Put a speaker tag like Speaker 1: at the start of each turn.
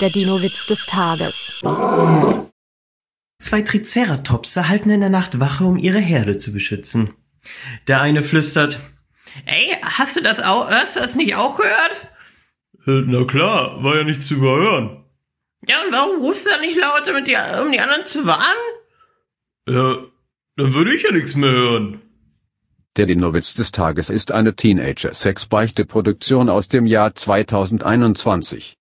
Speaker 1: Der Dino-Witz des Tages.
Speaker 2: Zwei Triceratopse halten in der Nacht Wache, um ihre Herde zu beschützen. Der eine flüstert,
Speaker 3: Ey, hast du das auch, hast du das nicht auch gehört?
Speaker 4: Äh, Na klar, war ja nichts zu überhören.
Speaker 3: Ja, und warum rufst du da nicht laut, damit die, um die anderen zu warnen?
Speaker 4: Ja, dann würde ich ja nichts mehr hören.
Speaker 5: Der Dinowitz des Tages ist eine Teenager-Sex-Beichte-Produktion aus dem Jahr 2021.